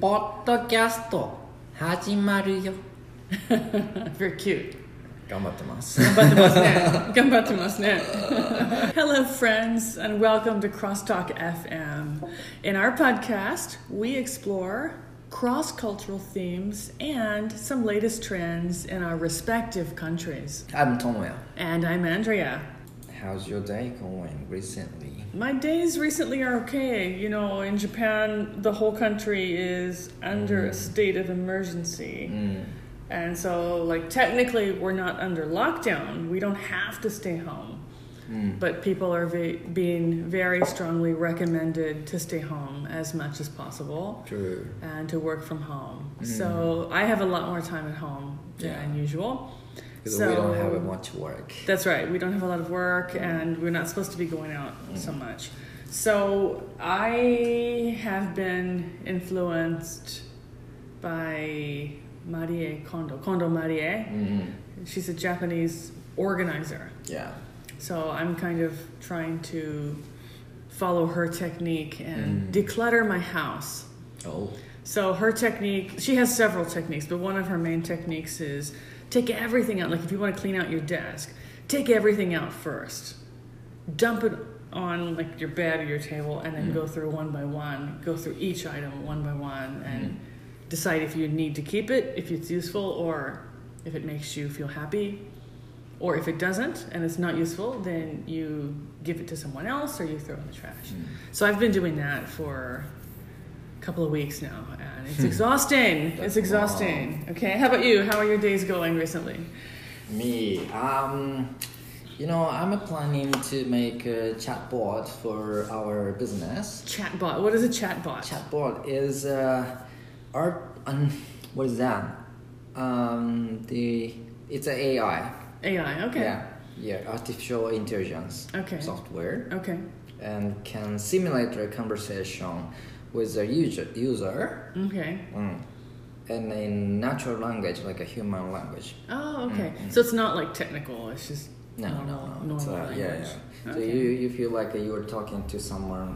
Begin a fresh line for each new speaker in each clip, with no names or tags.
ポッドキャスト始まるよ
Very cute.
頑張ってます
頑張ってますね。Hello, friends, and welcome to Crosstalk FM. In our podcast, we explore cross cultural themes and some latest trends in our respective countries.
I'm Tomoya
And I'm Andrea.
How's your day going recently?
My days recently are okay. You know, in Japan, the whole country is under a state of emergency.
Mm.
And so, like, technically, we're not under lockdown. We don't have to stay home.
Mm.
But people are ve- being very strongly recommended to stay home as much as possible
True
and to work from home. So, I have a lot more time at home
Mm. Yeah.
than usual.
Because we don't have much work
That's right. We don't have a lot of work, and we're not supposed to be going out so much. So I have been influenced by Marie Kondo. Kondo Marie.
mm
She's a Japanese organizer.
Yeah
So I'm kind of trying to follow her technique and
Mm.
declutter my house.
Oh
So her technique, she has several techniques, but one of her main techniques is take everything out. Like if you want to clean out your desk, take everything out first. Dump it on like your bed or your table and then
Mm.
go through one by one, go through each item one by one
Mm.
and decide if you need to keep it, if it's useful or if it makes you feel happy. Or if it doesn't and it's not useful, then you give it to someone else or you throw it in the trash.
Mm.
So I've been doing that for a couple of weeks now, and it's exhausting.
Hmm.
it's
That's
exhausting. Okay, how about you? How are your days going recently?
Me um You know I'm planning to make a chatbot for our business
Chatbot. What is a chatbot?
Chatbot is uh, art um, what is that? Um the it's an AI
AI. Okay.
Yeah, yeah, artificial intelligence
Okay.
software
Okay.
and can simulate a conversation with a user, user
Okay.
mm, and in natural language, like a human language.
Oh, okay. So it's not like technical. It's just
Mm-hmm. No,
normal,
no, no.
normal
It's, uh,
language.
yeah, yeah. So
Okay.
you, you feel like you're talking to someone,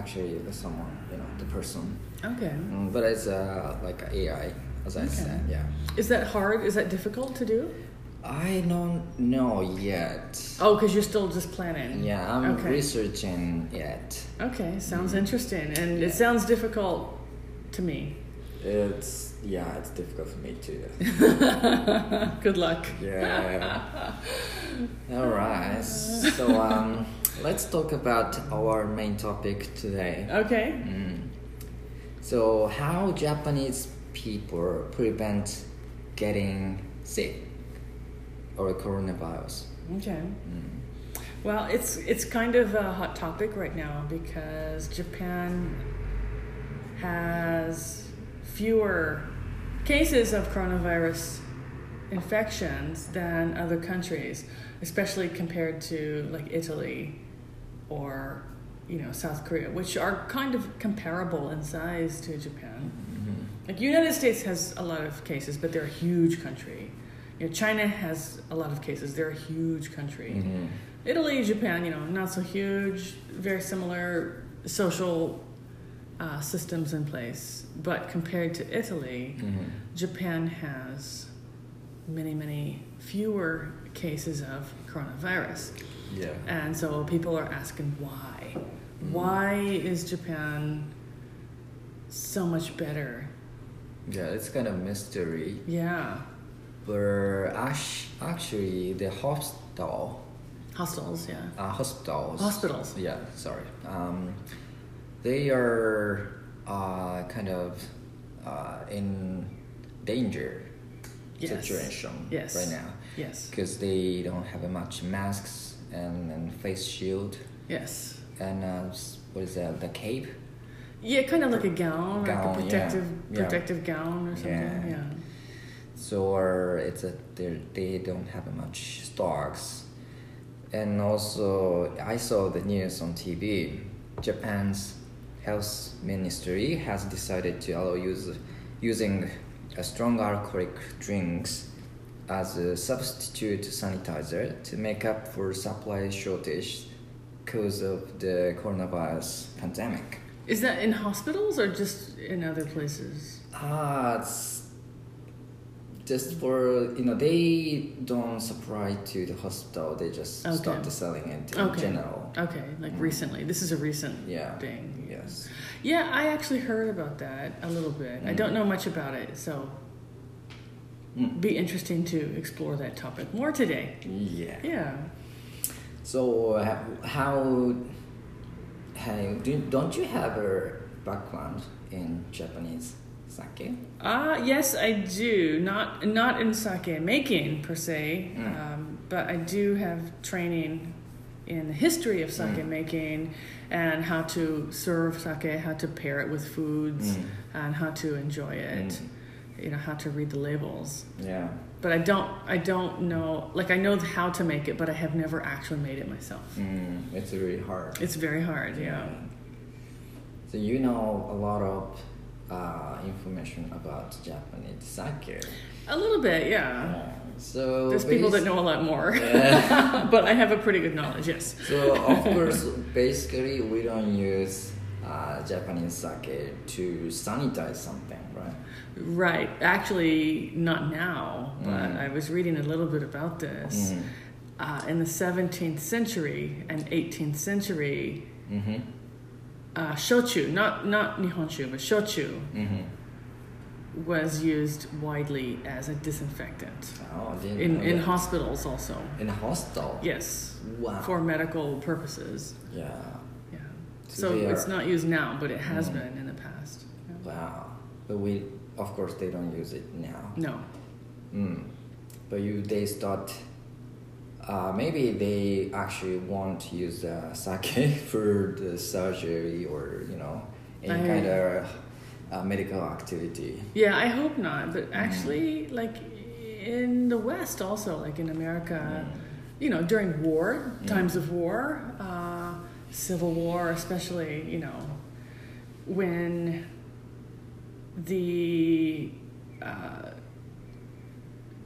actually, uh, someone, you know, the person.
Okay.
Mm, but it's uh, like a AI, as I
Okay.
said, yeah.
Is that hard? Is that difficult to do?
I don't know yet.
Oh, because you're still just planning.
Yeah, I'm Mm-hmm.
Okay.
researching yet.
Okay. Sounds interesting, and it sounds difficult to me.
It's yeah, it's difficult for me too.
Good luck.
Yeah. All right. So um, let's talk about our main topic today.
Okay.
Mm. So how Japanese people prevent getting sick or coronavirus?
Okay. Well, it's it's kind of a hot topic right now because Japan has fewer cases of coronavirus infections than other countries, especially compared to like Italy or you know South Korea, which are kind of comparable in size to Japan. Like United States has a lot of cases, but they're a huge country. You know, China has a lot of cases. They're a huge country.
Mhm.
Italy, Japan, you know, not so huge, very similar social uh, systems in place. But compared to Italy,
Mhm.
Japan has many, many fewer cases of coronavirus.
Yeah.
And so people are asking why. Why is Japan so much better?
Yeah, it's kind of mystery.
Yeah.
But act- actually, the hospital,
Hostels, yeah.
uh, hospitals,
Hospitals.
Yeah, sorry. Um, they are uh, kind of uh, in danger
Yes.
situation
Yes.
right now
Yes.
because they don't have much masks and, and face shield
Yes.
and uh, s- what is that the cape?
Yeah, kind of like a gown,
Gown,
like a
yeah.
protective
Yeah.
protective gown or something.
Yeah.
Yeah.
So uh, it's a, they're- they don't have much stocks. And also, I saw the news on TV. Japan's health ministry has decided to allow use, using a strong alcoholic drinks as a substitute sanitizer to make up for supply shortage because of the coronavirus pandemic.
Is that in hospitals or just in other places?
Ah, it's just for you know they don't supply to the hospital. They just
Okay.
start selling it in
Okay.
general.
Okay, like
Mm.
recently. This is a recent
Yeah.
thing.
Yes.
Yeah, I actually heard about that a little bit. I don't know much about it, so
Mm.
be interesting to explore that topic more today.
Yeah.
Yeah.
So uh, how, how do, don't you have a background in Japanese sake?
Uh, yes, I do. Not not in sake making per se,
Mm.
um, but I do have training in the history of sake
Mm.
making and how to serve sake, how to pair it with foods,
Mm.
and how to enjoy it.
Mm.
You know how to read the labels.
Yeah.
But I don't I don't know like I know how to make it, but I have never actually made it myself.
Mm, it's really hard.
It's very hard. Yeah.
So you know a lot of uh, information about Japanese sake.
A little bit, yeah.
Uh, so
There's people that
basi-
know a lot more.
Yeah.
but I have a pretty good knowledge, yes.
So of course, basically we don't use uh, Japanese sake to sanitize something, right?
Right. Actually, not now, but
Mm.
I was reading a little bit about this.
Mm.
Uh, in the 17th century and 18th century,
Mhm.
uh, shochu, not, not nihonshu, but shochu,
Mhm. Mm-hmm.
was used widely as a disinfectant
Oh, I didn't
in,
know
in
that.
hospitals also.
in hostel.
Yes,
Wow.
for medical purposes.
yeah.
Yeah.
So
So
they
it's
are-
not used now, but it has
Mm.
been in the past. Yeah.
Wow. But we, of course, they don't use it now.
No.
Mm. But you, they start. Uh, maybe they actually want to use uh, sake for the surgery or you know any
I-
kind of uh, medical activity.
Yeah, I hope not. But actually, like in the West, also like in America, you know, during war,
Mm.
times of war, uh, civil war, especially, you know, when the uh,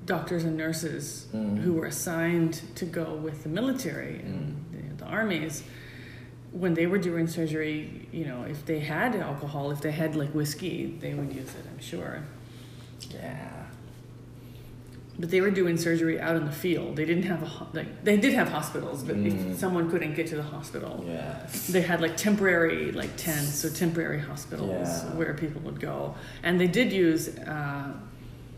doctors and nurses
Mm.
who were assigned to go with the military and the, the armies. When they were doing surgery, you know, if they had alcohol, if they had like whiskey, they would use it, I'm sure.
Yeah.
But they were doing surgery out in the field. They didn't have a ho- like they did have hospitals, but
Mm.
if someone couldn't get to the hospital,
Yeah.
they had like temporary like tents or temporary hospitals
Yeah.
where people would go, and they did use uh,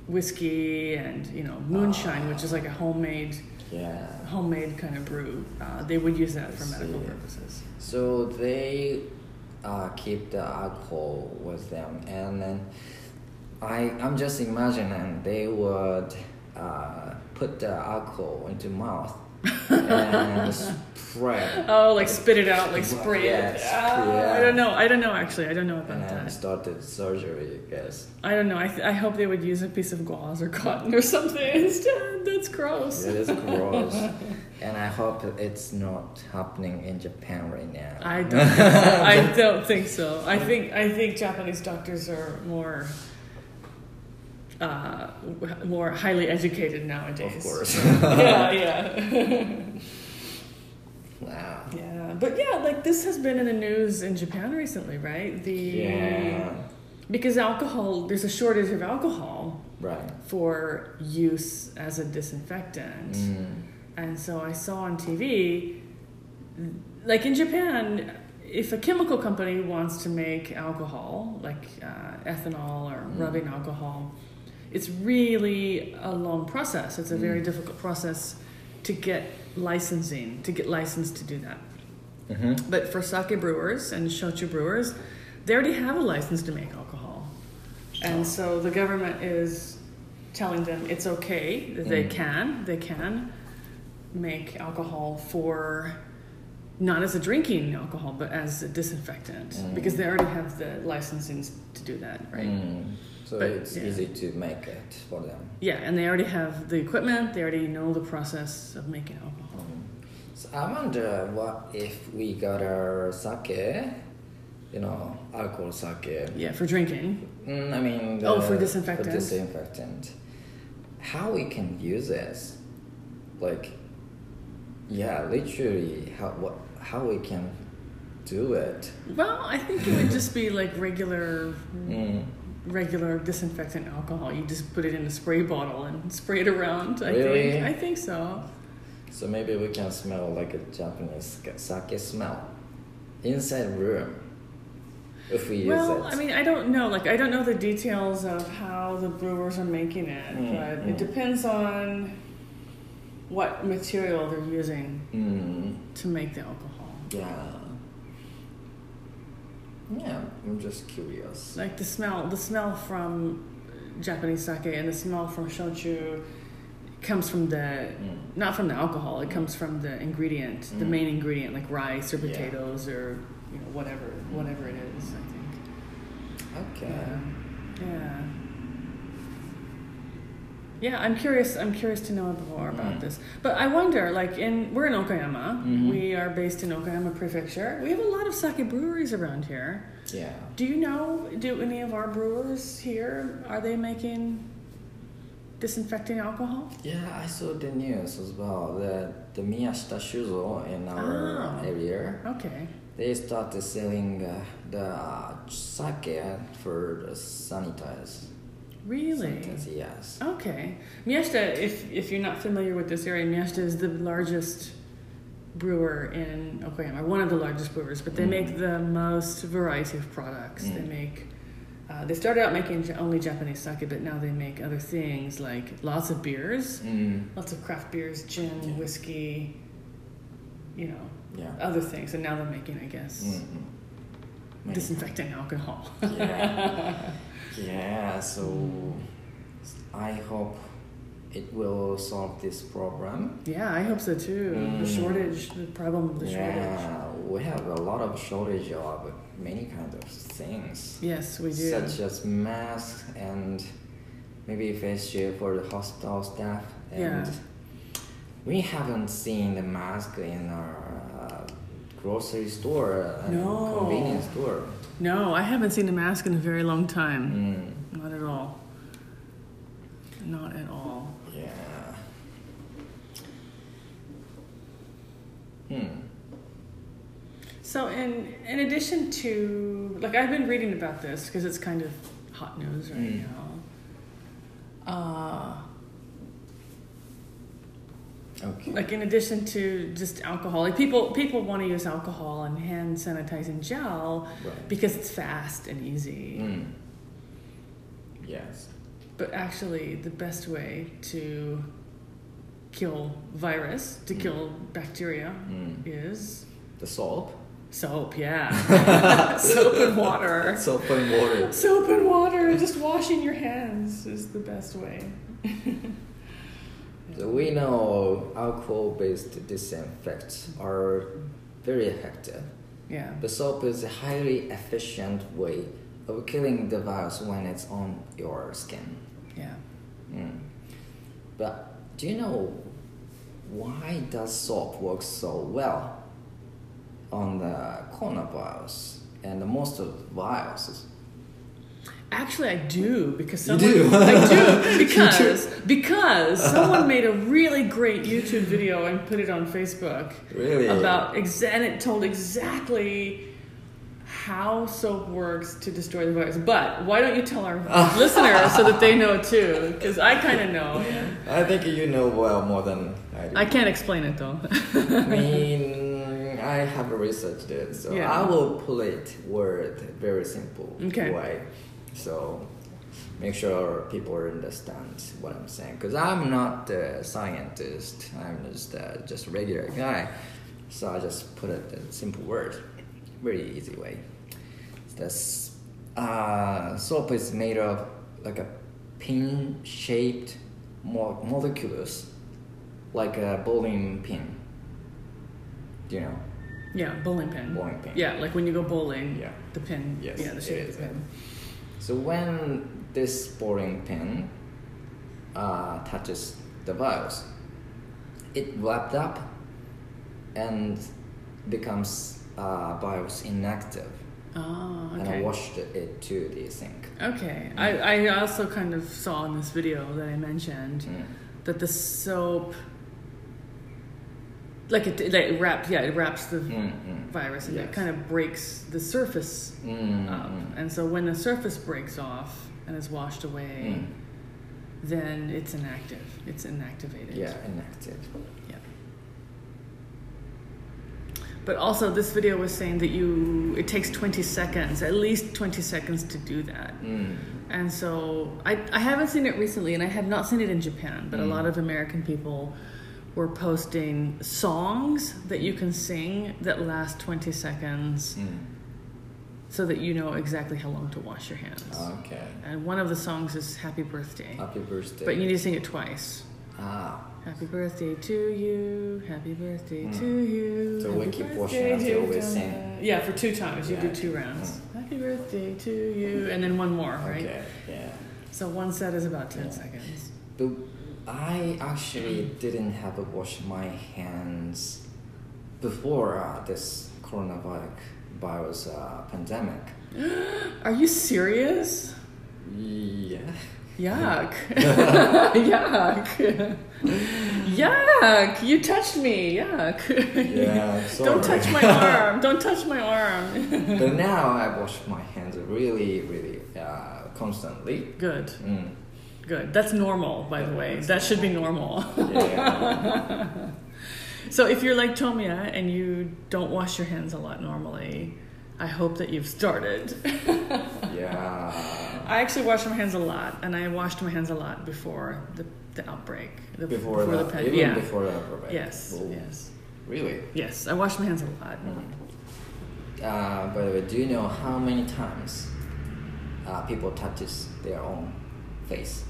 whiskey and you know moonshine, which is like a homemade
Yeah.
homemade kind of brew. Uh, they would use that
I
for medical
see.
purposes.
So they uh, keep the alcohol with them, and then I I'm just imagining they would uh, put the alcohol into mouth and spray
Oh, like spit it out, like spray
Yeah,
it.
yeah.
Ah, I don't know. I don't know actually. I don't know about
and then
that.
started surgery. I guess.
I don't know. I, th- I hope they would use a piece of gauze or cotton or something instead. That's gross.
It is gross, and I hope it's not happening in Japan right now.
I don't. Think so. I don't think so. I think I think Japanese doctors are more uh, w- more highly educated nowadays.
Of course.
yeah, yeah.
Wow.
Yeah, but yeah, like this has been in the news in Japan recently, right? The
Yeah.
because alcohol, there's a shortage of alcohol
Right.
for use as a disinfectant,
Mm.
and so I saw on TV, like in Japan, if a chemical company wants to make alcohol, like uh, ethanol or
Mm.
rubbing alcohol, it's really a long process. It's a very
Mm.
difficult process to get licensing, to get licensed to do that.
hmm
But for sake brewers and shochu brewers, they already have a license to make alcohol.
Oh.
And so the government is telling them it's okay, that they
Mm.
can, they can make alcohol for not as a drinking alcohol, but as a disinfectant
Mm.
because they already have the licensing to do that, right?
Mm. So
But,
it's
yeah.
easy to make it for them.
Yeah, and they already have the equipment, they already know the process of making alcohol.
Mm. So I wonder what if we got our sake, you know, alcohol sake.
Yeah, for drinking.
Mm, I mean,
Oh, for disinfectant.
For disinfectant. How we can use this? Like, yeah, literally, how what how we can do it.
Well, I think it would just be like regular,
Mm.
regular disinfectant alcohol. You just put it in a spray bottle and spray it around. I
Really?
think. I think so.
So maybe we can smell like a Japanese ca- sake smell inside room if we use
well,
it.
I mean, I don't know. Like, I don't know the details of how the brewers are making it,
Mm,
but
mm.
it depends on what material they're using
Mm,
to make the alcohol.
yeah. Yeah, I'm just curious.
Like the smell, the smell from Japanese sake and the smell from shochu comes from the
Mm.
not from the alcohol. It comes from the ingredient, the
Mm.
main ingredient, like rice or
Yeah.
potatoes or you know whatever, whatever it is. I think.
Okay.
Yeah. Yeah. Yeah, I'm curious. I'm curious to know more about
Mm.
this. But I wonder, like, in we're in Okayama.
Mhm.
We are based in Okayama Prefecture. We have a lot of sake breweries around here.
Yeah.
Do you know, do any of our brewers here, are they making disinfecting alcohol?
Yeah, I saw the news as well that the Miyashita Shuzo in our
Ah.
area
Okay.
they started selling uh, the sake for the sanitize.
Really?
Sanitize, yes.
Okay. Miesta, if, if you're not familiar with this area, Miesta is the largest brewer in Okayama, or one of the largest brewers, but they make
Mm.
the most variety of products. They
Mm.
make, uh, they started out making ja- only Japanese sake, but now they make other things like lots of beers,
Mm,
lots of craft beers, gin,
Yeah.
whiskey, you know,
yeah.
other things, and now they're making, I guess,
Mm-mm. Many-
disinfecting alcohol.
Mm, Mm-hmm. Yeah. yeah, so I hope it will solve this problem.
yeah, I hope so too. The
Mm.
shortage, the problem of the shortage.
yeah, we have a lot of shortage of many kind of things.
Yes, we do.
such as masks and maybe face shield for the hospital staff. And
Yeah.
we haven't seen the mask in our uh, grocery store and
No.
convenience store.
no, I haven't seen a mask in a very long time.
Mm,
Not at all. Not at all.
yeah. Hmm.
So, in in addition to like I've been reading about this because it's kind of hot news right
Mm.
now. Uh,
Okay.
like in addition to just alcohol, like people people want to use alcohol and hand sanitizing gel
Right.
because it's fast and easy.
Mm. Yes.
But actually, the best way to kill virus, to
Mm.
kill bacteria,
Mm.
is
The soap.
soap. Yeah, soap and water.
Soap and water.
Soap and water. Just washing your hands is the best way.
So we know alcohol-based disinfectants are very effective.
Yeah.
The soap is a highly efficient way of killing the virus when it's on your skin.
Yeah.
Mm. But do you know why does soap work so well on the coronavirus and the most of the viruses?
Actually, I do because
You
someone.
do.
I do because because someone made a really great YouTube video and put it on Facebook.
Really?
about ex- and it told exactly how soap works to destroy the virus. But why don't you tell our listeners so that they know too? Because I kind of know. yeah.
I think you know well more than I do.
I can't explain it though.
I mean, I have researched it, so
Yeah.
I will put it word very simple
Okay.
way. So make sure people understand what I'm saying, because I'm not a scientist. I'm just uh, just a regular guy. So I just put it in simple word, very easy way. This uh, soap is made of like a pin-shaped mo- molecules, like a bowling pin. Do you know?
yeah, bowling pin.
Bowling pin.
Yeah, like when you go bowling.
Yeah.
The pin.
Yes,
Yeah, the shape
it
of
is.
the pin.
So when this bowling pin uh, touches the virus, it wrapped up and becomes uh, virus inactive.
Oh,
And I
okay.
washed it to the sink.
Okay. I, I also kind of saw in this video that I mentioned
Mm.
that the soap like it, like it wraps, yeah, it wraps the
Mm, mm.
virus and it
Yes.
kind of breaks the surface
Mm,
up.
mm.
And so when the surface breaks off and is washed away,
Mm.
then it's inactive. It's inactivated.
Yeah, inactive.
Yeah. But also, this video was saying that you it takes 20 seconds, at least 20 seconds to do that.
Mm.
And so I, I haven't seen it recently, and I have not seen it in Japan, but a
Mm.
lot of American people were posting songs that you can sing that last 20 seconds
Mm.
so that you know exactly how long to wash your hands.
Okay.
And one of the songs is Happy Birthday,
Happy birthday.
but you need to sing it twice.
ah,
Happy birthday to you. Happy birthday
Mm.
to you.
So we
happy
keep
birthday
washing after
dear
we
Donna.
sing.
Yeah, for two times. You do
Yeah. Mm.
two rounds. Happy birthday to you. And then one more, right?
okay, yeah.
So one set is about 10
Yeah.
seconds.
But I actually didn't have to wash my hands before uh, this coronavirus virus, uh, pandemic.
Are you serious?
Yeah.
Yuck. Yuck. Yuck. You touched me. Yuck.
Yeah. I'm Sorry.
Don't touch my arm. Don't touch my arm.
but now I wash my hands really, really uh, constantly.
Good.
Mm.
Good. That's normal, by the way. That should be normal.
Yeah.
So if you're like Tomia and you don't wash your hands a lot normally, I hope that you've started.
yeah.
I actually wash my hands a lot, and I washed my hands a lot before the, the outbreak. The,
Before, that,
pan-
even
yeah.
before that, right?
Yes,
Well,
yes,
Really?
yes. I wash my hands a lot.
Mm-hmm. Uh, by the way, do you know how many times uh, people touches their own face?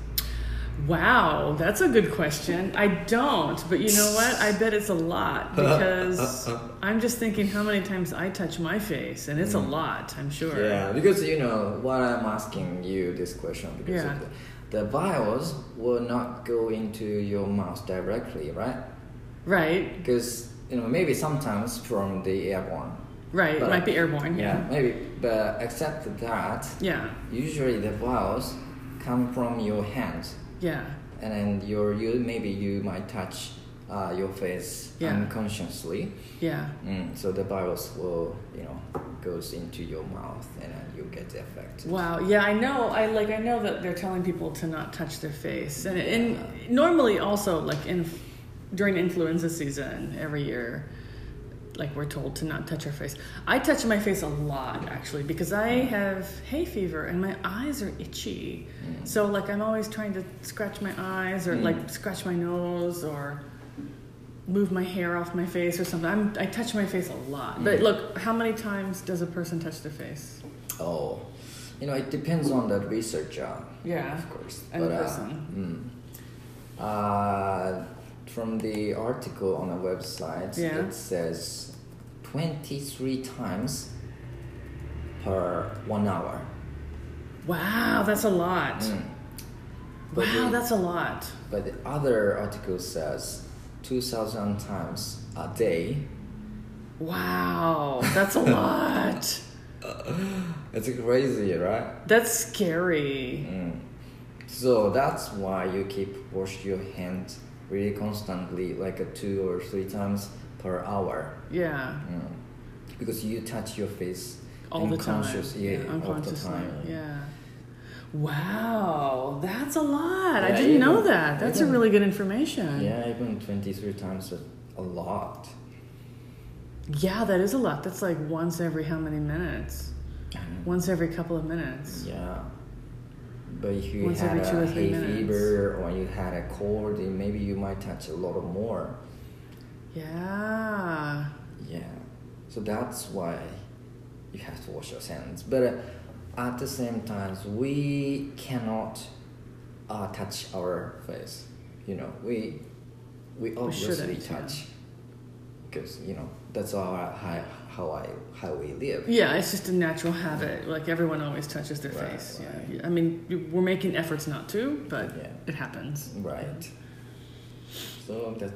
Wow, that's a good question. I don't, but you know what? I bet it's a lot because I'm just thinking how many times I touch my face, and it's a lot. I'm sure.
Mm. Yeah, because you know why I'm asking you this question because
Yeah.
of the, the virus will not go into your mouth directly, right?
Right.
Because you know maybe sometimes from the airborne.
Right.
But-
it might be airborne.
Yeah, maybe. But except that,
Yeah.
usually the virus come from your hands,
Yeah.
and then your you maybe you might touch uh, your face
Yeah.
unconsciously.
Yeah.
Mm, so the virus will you know goes into your mouth, and then you get affected.
Wow. Yeah, I know. I like. I know that they're telling people to not touch their face, and and normally also like in during influenza season every year, like we're told to not touch our face. I touch my face a lot actually because I have hay fever and my eyes are itchy, so like I'm always trying to scratch my eyes or like scratch my nose or move my hair off my face or something. I'm, I touch my face a lot. But look, how many times does a person touch their face?
Oh, you know, it depends on the researcher.
Yeah,
Of course.
and the
uh,
person.
mm. Uh, from the article on the website,
Yeah.
it says 23 times per one hour.
Wow, that's a lot.
Mm. But
Wow,
the-
that's a lot.
But the other article says 2,000 times a day.
Wow, that's a lot.
It's crazy, right?
That's scary.
Mm. So that's why you keep wash your hands really constantly, like uh, two or three times per hour.
Yeah.
Mm. Because you touch your face
All the time.
unconscious, yeah,
unconsciously.
all the time.
Yeah. Wow, that's a lot. I
Yeah,
didn't know
even-
that. That's a
even-
really good information.
Yeah, even twenty three times a, a lot.
Yeah, that is a lot. That's like once every how many minutes? Once every couple of minutes.
Yeah. But if you
Once
had
every two or
a
three
hay
minutes.
fever or you had a cold, then maybe you might touch a lot more.
Yeah.
Yeah. So that's why you have to wash your hands. But uh, at the same time, we cannot uh, touch our face. You know, we we obviously
shouldn't, yeah.
touch because you know that's our how how I how we live.
Yeah, it's just a natural habit. Like everyone always touches their
Right,
face.
right.
Yeah. I mean, you- we're making efforts not to, but
Yeah.
it happens.
Right. So that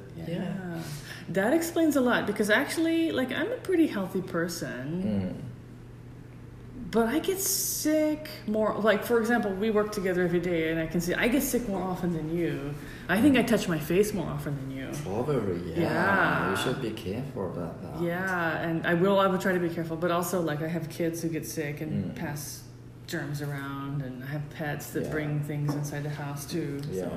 That explains a lot because actually, like, I'm a pretty healthy person,
Mm.
but I get sick more. Like for example, we work together every day, and I can see I get sick more often than you. I think I touch my face more often than you.
Probably, yeah.
Yeah.
You should be careful about that.
Yeah, and I will. I will try to be careful, but also like I have kids who get sick and
Mm.
pass germs around, and I have pets that
Yeah.
bring things inside the house too.
Yeah.
So.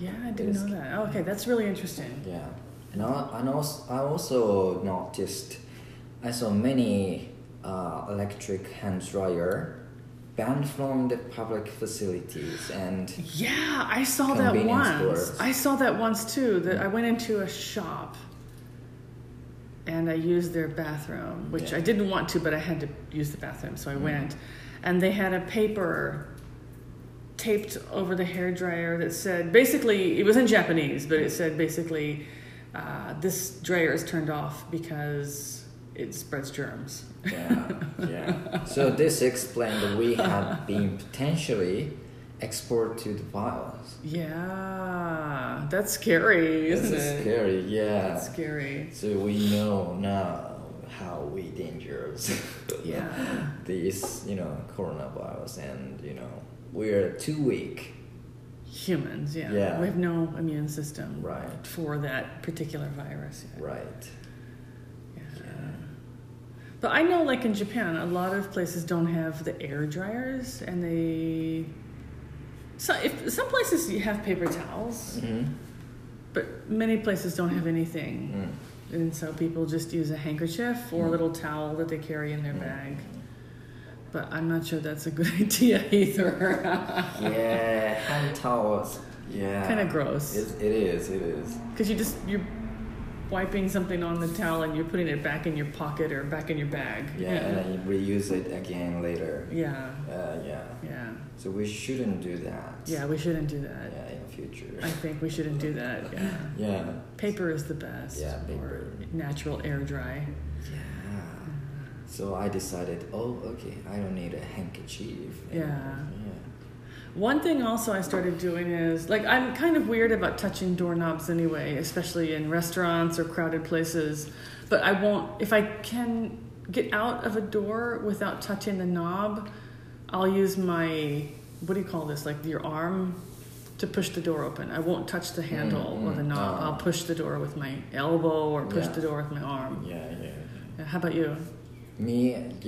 Yeah, I
It
didn't
is-
know that. Oh, okay, that's really interesting.
Yeah, and I, and also, I also noticed I saw many uh, electric hand dryer banned from the public facilities and
Yeah, I saw that
Convenience
once.
stores.
I saw that once too. That I went into a shop and I used their bathroom, which
Yeah. Mm-hmm.
I didn't want to, but I had to use the bathroom, so I went. And they had a paper taped over the hair dryer that said basically it was in Japanese, but it said basically uh, this dryer is turned off because it spreads germs.
yeah, yeah. So this explained that we had been potentially exported to the virus.
Yeah, that's scary,
This
isn't
is
it?
scary. Yeah.
That's scary.
so we know now how we dangerous.
Yeah.
this you know coronavirus and you know we're too weak
humans yeah.
Yeah.
we have no immune system
Right.
for that particular virus yeah.
right
Yeah.
Yeah.
but i know like in japan a lot of places don't have the air dryers and they so if some places you have paper towels
Mhm.
but many places don't have anything
Mm.
and so people just use a handkerchief or a
Mm.
little towel that they carry in their
Mm.
bag but i'm not sure that's a good idea either
yeah hand towels yeah
kind of gross
it, it is it is
Because you just you're wiping something on the towel and you're putting it back in your pocket or back in your bag.
yeah and then you reuse it again later
Yeah.
uh, yeah
Yeah.
so we shouldn't do that
Yeah. We shouldn't do that.
yeah in future
I think we shouldn't do that. Yeah.
yeah
Paper is the best.
Yeah,
Or
paper.
natural air dry.
yeah so i decided oh okay i don't need a handkerchief
Yeah.
yeah
One thing also I started doing is like I'm kind of weird about touching doorknobs anyway, especially in restaurants or crowded places. But I won't if I can get out of a door without touching the knob, I'll use my what do you call this? Like your arm to push the door open. I won't touch the handle or the
mm,
knob.
ah.
I'll push the door with my elbow or push
Yeah.
the door with my arm.
yeah yeah, yeah.
Yeah, How about you?
Me,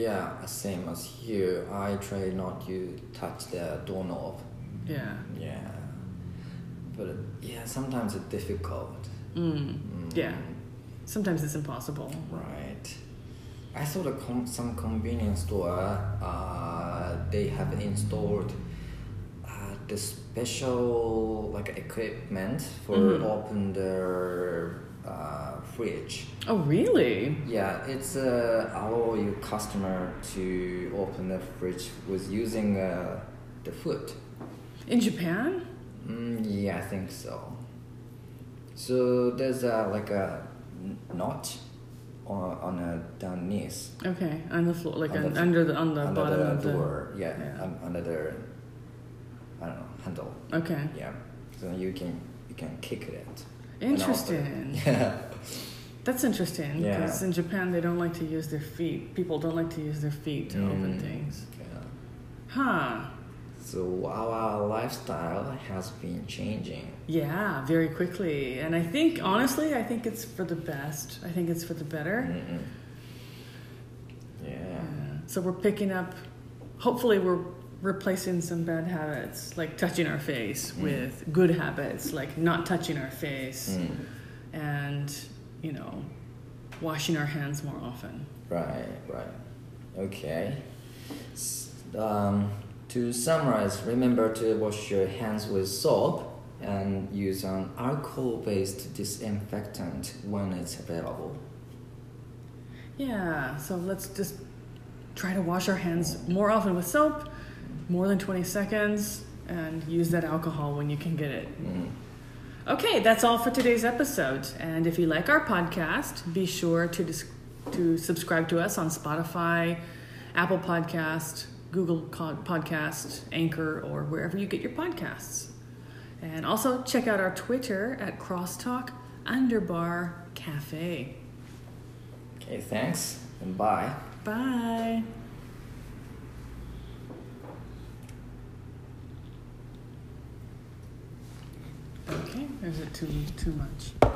yeah, same as you. I try not to touch the doorknob.
Yeah.
Yeah, but uh, yeah, sometimes it's difficult.
Mm.
Mm,
Yeah. Sometimes it's impossible.
Right. I saw the com- some convenience store. Uh, they have installed uh, the special like equipment for
Mhm.
open their uh, fridge.
Oh really?
Yeah, it's uh, allow your customer to open the fridge with using uh, the foot.
In Japan?
Mm, yeah, I think so. So there's uh, like a n- knot on, on a down knees
Okay, on the floor, like
On
on,
the-
under the on the
under
bottom of
the
the
door. Yeah,
yeah.
un- under the I don't know handle.
Okay,
Yeah, so you can you can kick it. out. And also-
interesting.
Yeah.
That's interesting
Yeah.
because in Japan they don't like to use their feet. People don't like to use their feet to open
Mm,
things.
Yeah.
Huh?
So our lifestyle has been changing.
Yeah, very quickly. And I think honestly, I think it's for the best. I think it's for the better.
Mm-mm. Yeah.
So we're picking up. Hopefully, we're replacing some bad habits like touching our face
Mm.
with good habits like not touching our face
Mm.
and you know washing our hands more often.
Right, right. Okay. S- Um, to summarize, remember to wash your hands with soap and use an alcohol based disinfectant when it's available.
Yeah, so let's just try to wash our hands more often with soap, more than 20 seconds, and use that alcohol when you can get it.
Mm.
Okay, that's all for today's episode. And if you like our podcast, be sure to dis- to subscribe to us on Spotify, Apple Podcast, Google Co- Podcast, Anchor, or wherever you get your podcasts. And also check out our Twitter at Crosstalk Underbar Cafe.
Okay, thanks and bye.
Bye. Or is it too too much?